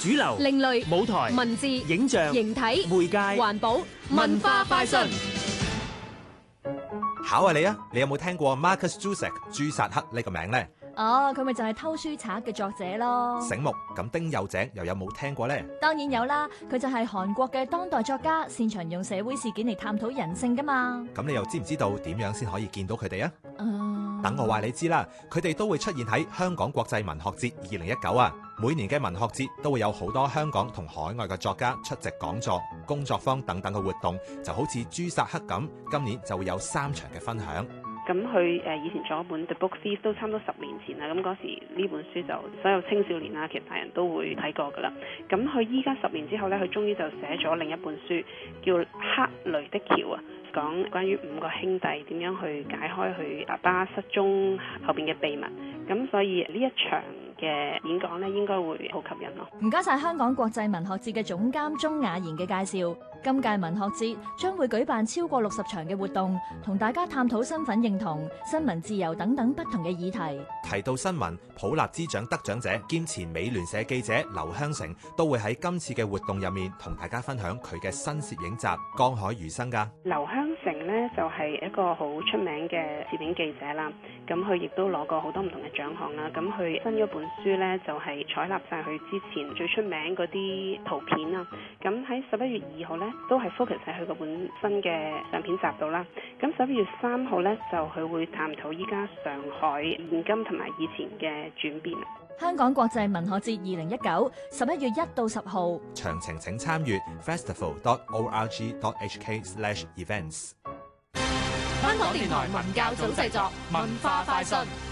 主流、另類舞台、文字、影像、形體、媒介、環保、文化快訊。考下你啊，你有冇聽過 Marcus Zusak 朱薩克呢個名呢？哦，佢咪就係偷書賊嘅作者咯。醒目咁，丁幼井又有冇聽過呢？當然有啦，佢就係韓國嘅當代作家，擅長用社會事件嚟探討人性噶嘛。咁你又知唔知道點樣先可以見到佢哋啊？嗯，等我話你知啦，佢哋都會出現喺香港國際文學節二零一九啊！每年嘅文學節都會有好多香港同海外嘅作家出席講座、工作坊等等嘅活動，就好似朱薩克咁，今年就會有三場嘅分享。咁佢呃誒以前做一本《The Book Thief》都差唔多十年前啦，咁嗰時呢本書就所有青少年啊，其實大人都會睇過噶啦。咁佢依家十年之後呢，佢終於就寫咗另一本書，叫《黑雷的橋》啊，講關於五個兄弟點樣去解開佢爸爸失蹤後邊嘅秘密。咁所以呢一場嘅演講呢，應該會好吸引咯。唔該晒香港國際文學節嘅總監鐘雅賢嘅介紹。今屆文學節將會舉辦超過六十場嘅活動，同大家探討身份認同、新聞自由等等不同嘅議題。提到新聞，普立茲獎得獎者兼前美聯社記者劉香成都會喺今次嘅活動入面同大家分享佢嘅新攝影集《江海餘生》㗎。劉香成呢，就係、一個好出名嘅攝影記者啦，咁佢亦都攞過好多唔同嘅獎項啦。咁佢新嗰本書呢，就係、採納晒佢之前最出名嗰啲圖片啊。咁喺十一月二號呢，都係 focus 喺佢嗰本新嘅相片集度啦。咁十一月三號呢，就佢會探討依家上海現今同埋以前嘅轉變。香港國際文學節二零一九十一月一到十號。詳情請參閱 festival.org.hk/events。香港電台文教組製作，文化快訊。